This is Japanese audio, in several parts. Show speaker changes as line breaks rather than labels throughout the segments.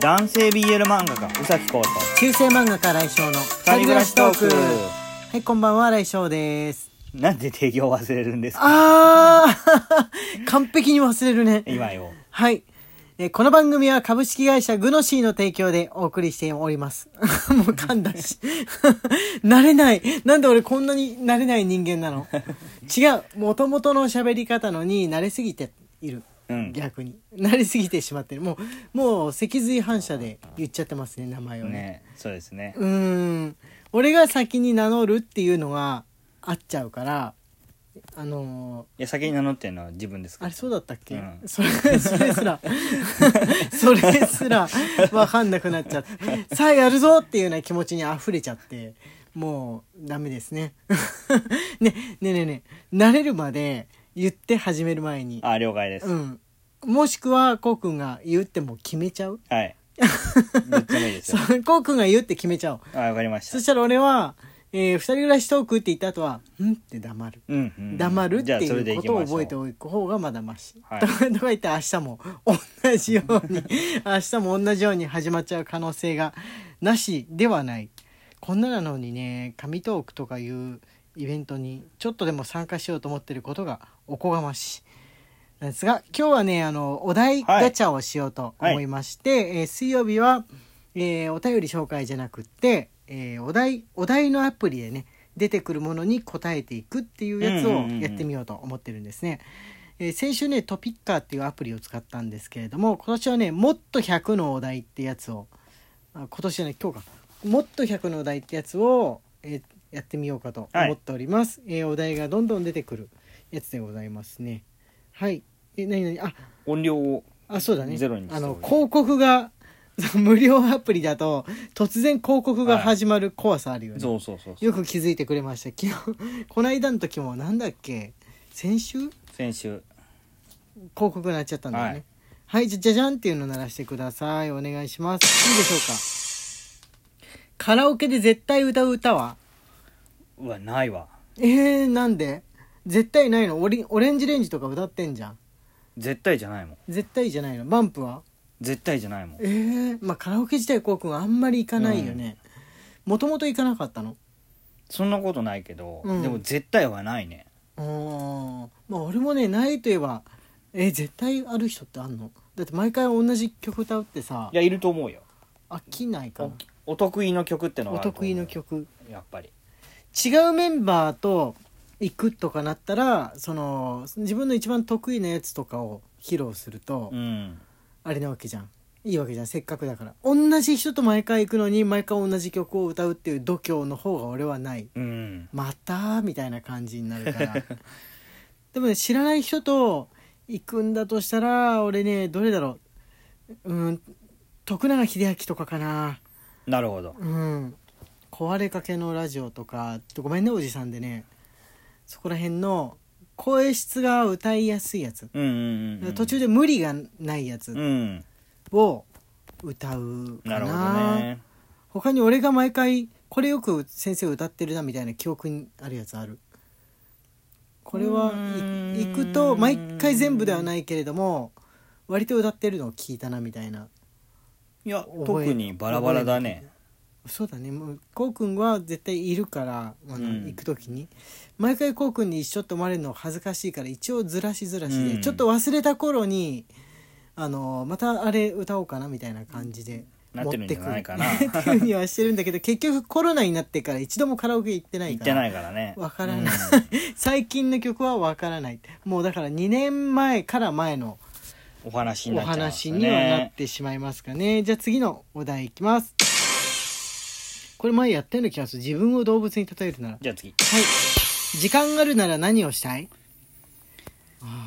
男性 BL 漫画家宇崎浩と
中世漫画家来翔の二人暮らしトークはいこんばんは来翔です
なんで定義を忘れるんですか
あー 完璧に忘れるね
今よ
はいえーこの番組は株式会社グノシーの提供でお送りしております。 もう噛んだし。 慣れない。なんで俺こんなに慣れない人間な の違う。元々の喋り方のに慣れすぎている。
うん
逆に。慣れすぎてしまってる。もう、もう脊髄反射で言っちゃってますね、名前をね
ねそうですね
うーん俺が先に名乗るっていうのがあっちゃうからあの
いや先に名乗ってるのは自分です
ー
か
あ
ら
れそうだったっけ、
うん
それ それすらそれすら分かんなくなっちゃってさあやるぞっていうような気持ちに溢れちゃってもうダメですね ねねねね慣れるまで言って始める前に
あ了解です、
うんもしくはこうくんが言うってもう決めちゃう
はいどっちもいいですよ
そうこうくんが言うって決めちゃおう
あわかりまし
そ
た
したら俺は、えー、二人暮らしトークって言った後は、んって黙る。
うん、うん、
黙るって
じゃあそれ
い
で
うこ
き
とを
ましょう
覚えておく方がまだまし。
はい
とかとか言って明日も同じように、 明日も同じように始まっちゃう可能性がなしではない。こんななのにね、紙トークとかいうイベントにちょっとでも参加しようと思ってることがおこがましい。なんですが、今日はね、あの、お題
はい
ガチャをしようと思いまして、えー水曜日は、えーお便り紹介じゃなくって、えーお題、お題のアプリでね、出てくるものに答えていくっていうやつ
うんうん
を
うんうん
やってみようと思ってるんですね。えー先週ね、トピッカーっていうアプリを使ったんですけれども、今年はね、もっと100のお題ってやつを、あ今年じゃない、今日か。もっと100のお題ってやつを、えーやってみようかと思っております、えーお題がどんどん出てくるやつでございますね。はい。え、なになにあ、
音量を
あ、そうだね。
ゼロにした
あの、
方がいい
広告が、 無料アプリだと、突然広告が始まる怖さあるよね。
そうそうそうそう
よく気づいてくれました。昨日、 この間の時も、なんだっけ、先週広
先週
告が鳴っちゃったんだよね。
は
はいい、じゃ、じゃじゃんっていうの鳴らしてください。お願いします。いいでしょうか。カラオケで絶対歌う歌は
うわないわ
えー、なんで絶対ないのオリオレンジレンジとか歌ってんじゃん。
絶対じゃないもん
絶対じゃないのバンプは
絶対じゃないもん
ええまあカラオケ自体こうくんあんまり行かないよねもともと行かなかったの
そんなことないけど、
うん
でも絶対はないね
うーんまあ俺もねないといえばえー絶対ある人ってあんのだって毎回同じ曲歌うってさ
いやいると思うよ
飽きないかな
お得意の曲っての
お
があると思
得
う
意
よ
の曲
やっぱり
違うメンバーと行くとかなったらその自分の一番得意なやつとかを披露すると、
うん
あれなわけじゃんいいわけじゃんせっかくだから同じ人と毎回行くのに毎回同じ曲を歌うっていう度胸の方が俺はない
うん
またみたいな感じになるから でもね知らない人と行くんだとしたら俺ねどれだろううん徳永英明とかかな
なるほど
うん壊れかけのラジオとかごめんねおじさんでねそこら辺の声質が歌いやすいやつ、
うんうんうんうん
途中で無理がないやつ
うん
を歌う
な
かな
るほどね
他に俺が毎回これよく先生歌ってるなみたいな記憶にあるやつあるこれは
うー
い
ん
行くと毎回全部ではないけれども割と歌ってるのを聞いたなみたいない
や
覚え
特にバラバラだね
そうだねもうこうくんは絶対いるからあの、
うん
行く時に毎回こうくんに一緒って思われるの恥ずかしいから一応ずらしずらしで、
うん
ちょっと忘れた頃にあのまたあれ歌おうかなみたいな感じで
なってるんじゃないかな
持ってくるっていうふうにはしてるんだけど結局コロナになってから一度もカラオケ行ってない
行っ
か
て
ら
ないからね
わからない、 最近の曲はわからないもうだから2年前から前の
うんお話に
お
なっちゃいます
話
ね
にはなってしまいますかねじゃあ次のお題いきますこれ前やったような気がする自分を動物に例えるならはい
じゃあ次
時間があるなら何をしたい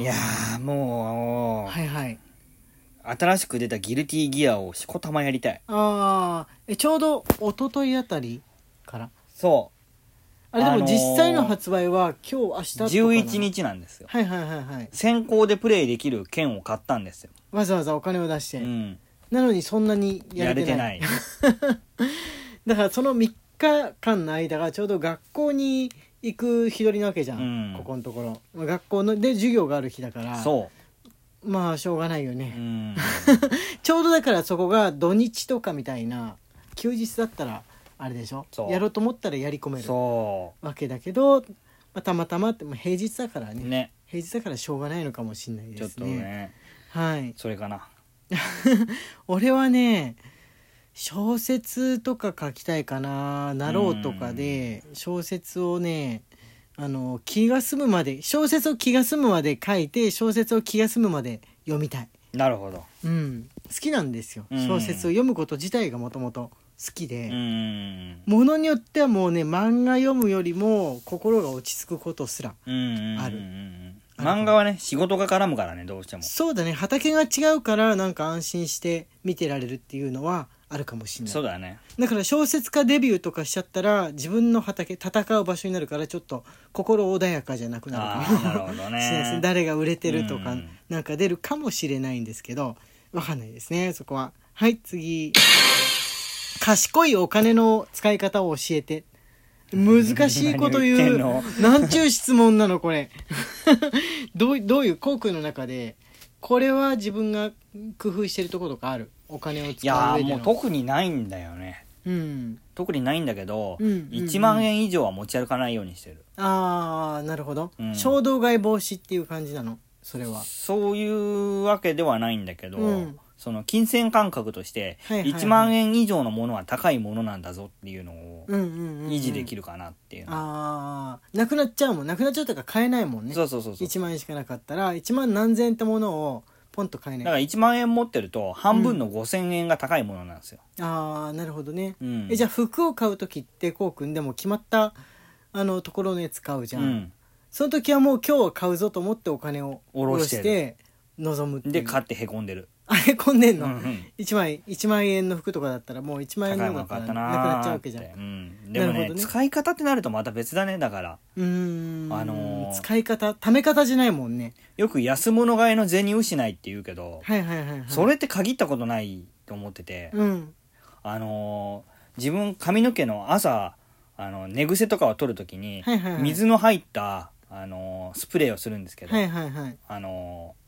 いやーもう、
はいはい
新しく出たギルティギアをしこたまやりたい
あーえちょうど一昨日あたりから
そ
あれで
あ
も
のー
実際の発売は今日明日
う
とかな
11日なんですよ
はいはいはいはい
先行でプレイできる券を買ったんですよ、
わざわざお金を出して、
うん、
なのにそんなにや
や
れ
れ
て
て
な
ないい
だからその3日間の間がちょうど学校に行く日取りなわけじゃん、
うん
ここのところ学校ので授業がある日だから
そ
まあしょうがないよね、
うん。
ちょうどだからそこが土日とかみたいな休日だったらあれでしょ
そう
やろうと思ったらやり込める
そ
わけだけど、まあ、たまたまって、まあ、平日だから
う。
ね
ね。
平日だからしょうがないのかもしれない
ちょ
で
っ
す
と
ね
ね、
はい
それかな。
俺はね小説とか書きたいかななろうとかで小説をねあの気が済むまで小説を気が済むまで書いて小説を気が済むまで読みたい
なるほど。
うん、好きなんですよ、
うん
小説を読むこと自体がもともと好き
う
で、
ん。
ものによってはもうね漫画読むよりも心が落ち着くことすら
うん。
ある
うん漫画はね、仕事が絡むからね、どうしても。
そうだね畑が違うからなんか安心して見てられるっていうのはあるかもしれない
そうだね。
だから小説家デビューとかしちゃったら自分の畑戦う場所になるからちょっと心穏やかじゃなくな
ああ、
るか
な
も
るほど
しれないですね
ね。
誰が売れてるとか
うん
なんか出るかもしれないんですけどわかんないですねそこははい次賢いお金の使い方を教えて難しいこと言 う
何言
なんちゅう質問なのこれ どうどういう航空の中でこれは自分が工夫してるところとかあるお金を
い
使
や
う
ー
上で
も
の
う特にないんだよね。
うん
特にないんだけど、
うんうん
1万円以上は持ち歩かないようにしてる。
ああなるほど、
うん
衝動買い防止っていう感じなのそれは
そういうわけではないんだけど、
うん
その金銭感覚として
はいはいはい
1万円以上のものは高いものなんだぞっていうのを
うんうん、うん、
維持でき
る
るかなっていうの、
ああなくなっちゃうもんなくなっちゃうというか買えないもんね
そうそうそうそう
1万円しかなかったら1万何千円ってものをポンと買え
だ
な
か
い
ら1万円持ってると半分の5000円が高いものなんですよ、
ああなるほどね、
うん
えじゃあ服を買う時ってこうくんでも決まったあのところのやつ買うじゃん、
うん
その時はもう今日は買うぞと思ってお金を
下ろしてる
望むっていう
で買ってへこんでる、
あれ込んで
う
ん
ん
の、
うん
一枚1万円の服とかだったらもう1万
高
円
い
の
も
方
の
だっ
買っ
たらなく
た
な
な
っちゃう
ー
わ
っ
けじ
て
ゃんう
うんでも
なる
ね
ほどね
使い方ってなるとまた別だねだから
ーん
あのー
使い方ため方じゃないもんね
よく安物買いの銭失いって言うけど、
はいはいはい、はい、
それって限ったことないと思ってて、
うん
あのー自分髪の毛の朝あの寝癖とかを取るときに、
はいはいはい
水の入った、あのースプレーをするんですけど、
はいはいはい
あのー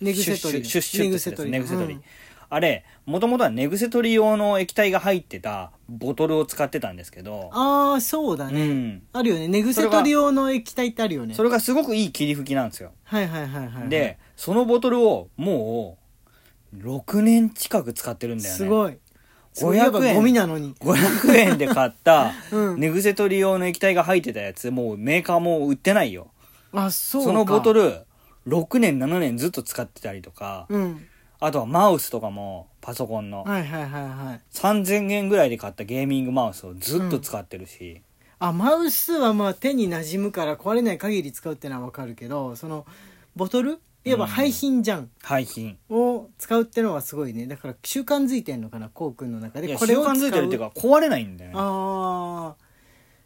寝癖取り
シュッシュッシュッシュッってやつ寝癖取り、
うん
あれもともとは寝癖取り用の液体が入ってたボトルを使ってたんですけど、
ああそうだ
う
ね、
ん、
あるよね寝癖取り用の液体ってあるよね
それがすごくいい霧吹きなんですよ、
はいはいはいはい
でそのボトルをもう6年近く使ってるんだよね
すごい
500円
それやっぱゴミなのに
500円で買った
うん
寝癖取り用の液体が入ってたやつもうメーカーも売ってないよ
あそう
そ
か
のボトル6年7年ずっと使ってたりとか、
うん
あとはマウスとかもパソコンの、
はいはいはいはい
3000円ぐらいで買ったゲーミングマウスをずっと使ってるし、
あマウスはまあ手に馴染むから壊れない限り使うってのはわかるけどそのボトルいわば廃品じゃん、
廃品
を使うってのはすごいねだから習慣づいてんのかなこうくんの中
い
で
や
こ
習
れを
慣づいてるっていうか壊れないんだよね
あ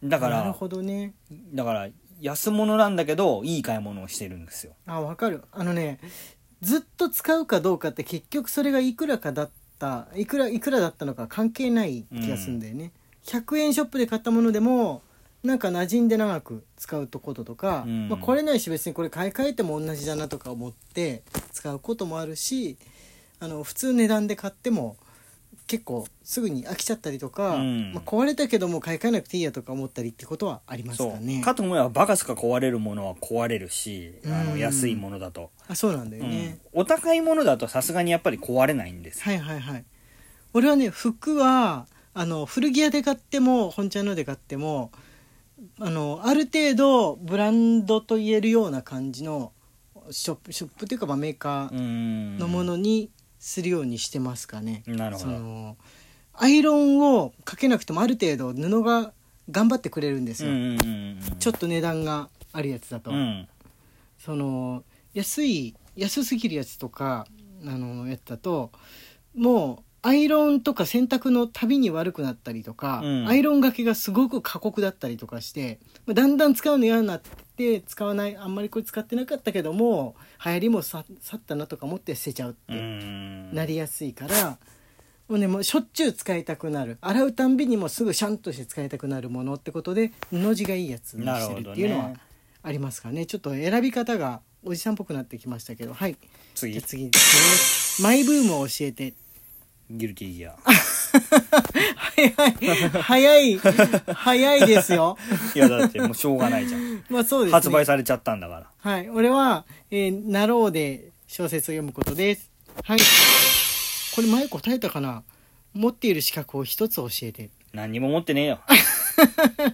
だ
あ
か
なる
ら
ほどね
だから安物なんだけどいい買い物をしてるんですよ
あわかるあのねずっと使うかどうかって結局それがいくらかだったいくらいくらだったのか関係ない気がするんだよね、100円ショップで買ったものでもなんか馴染んで長く使うとこととか、
うん
まあ、これないし別にこれ買い替えても同じだなとか思って使うこともあるしあの普通値段で買っても結構すぐに飽きちゃったりとか、
うん
まあ、壊れたけども買い替えなくていいやとか思ったりってことはあります
そ
かね
うかと思えばバカすか壊れるものは壊れるしあ
う
の
ん
安いものだと、
あそうなんだよ
う
ね、
ん、お高いものだとさすがにやっぱり壊れないんですよ
はいはいはい俺はね服はあの古着屋で買っても本ちゃんので買ってもあのある程度ブランドと言えるような感じのショップショップというかまあメーカ
う
ー
ん
のものにするようにしてますかね。
なるほ
そ
ど
のアイロンをかけなくてもある程度布が頑張ってくれるんですよ、ちょっと値段があるやつだと。
とうん
その安い安すぎるやつとかあのやつだともうアイロンとか洗濯のたびに悪くなったりとか、
うん
アイロンがけがすごく過酷だったりとかしてまあだんだん使うの嫌になって使わないあんまりこれ使ってなかったけども流行りもさ去ったなとか思って捨てちゃうっ
う
て
ん
なりやすいから、もうねもうしょっちゅう使いたくなる洗うたんびにもうすぐシャンとして使いたくなるものってことで布地がいいやつにしてるっていうの
なるほどね
はありますかねちょっと選び方がおじさんっぽくなってきましたけどはいじ
次
ゃあ次ですねマイブームを教えて
ギルティギア
早い早いですよ
いやだってもうしょうがないじゃん、
まあ そうですね
発売されちゃったんだから
はい俺は、えーなろう」で小説を読むことですはいこれ前答えたかな持っている資格を一つ教えて
何にも持ってねえ よ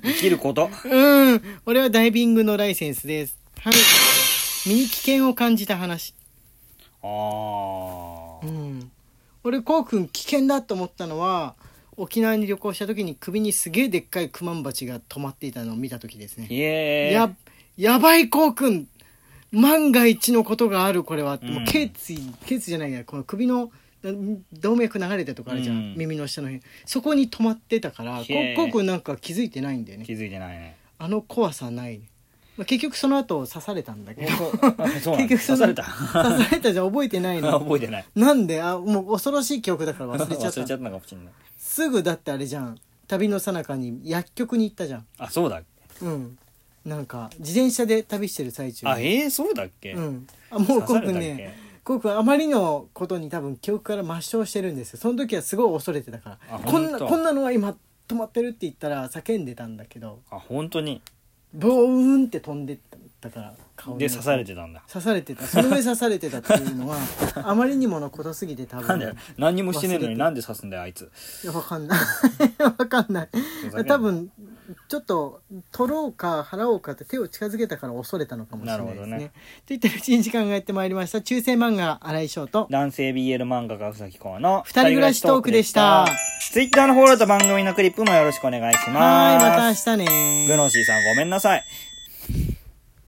生きること
うん俺はダイビングのライセンスですはい身に危険を感じた話
あ
う
あ
ん俺こうくん危険だと思ったのは沖縄に旅行した時に首にすげえでっかいクマンバチが止まっていたのを見た時ですね
いえ
ややばいこうくん万が一のことがあるこれは、
うん
もう頸椎頸椎じゃないやこの首のなん動脈流れたとこあるじゃん、
うん
耳の下の辺そこに止まってたからこ
へえ
こうくんなんか気づいてないんだよね
気づいてないね
あの怖さない、まあ、結局その後刺されたんだけど
そうなんだ
結局
刺
その
された
刺されたじゃん覚えてないの
覚えてない
なんであもう恐ろしい記憶だから忘れちゃっ た
忘れちゃったのかもしれない
すぐだってあれじゃん旅の最中に薬局に行ったじゃん
あそうだっけ
うんなんか自転車で旅してる最中に
あええそうだっけ、
うん、あもう
刺
コウ
された
君
っけ
ねコウ君あまりのことに多分記憶から抹消してるんですよその時はすごい恐れてたか
あ
らこんな
本当
こんなのは今止まってるって言ったら叫んでたんだけど
あ本当に
ブオーンって飛んでったから顔に
で刺されてたんだ
刺されてたその上刺されてたってい うのはあまりにものことすぎて多
なん
分
だよ何にもしてねえの
忘れ
に
て
なんで刺すんだよあいつ
いやわかんない わかんない
ふざけんな
多分ちょっと取ろうか払おうかって手を近づけたから恐れたのかもしれないで
な
す
るほ
ね。
どね
といったうちに時間がやってまいりました中世漫画新井翔と
男性 BL 漫画家うさきこうの
二人暮らしトークでした
ツイッターのフォローと番組のクリップもよろしくお願いします
はーいまた明日ね
グノシーさんごめんなさい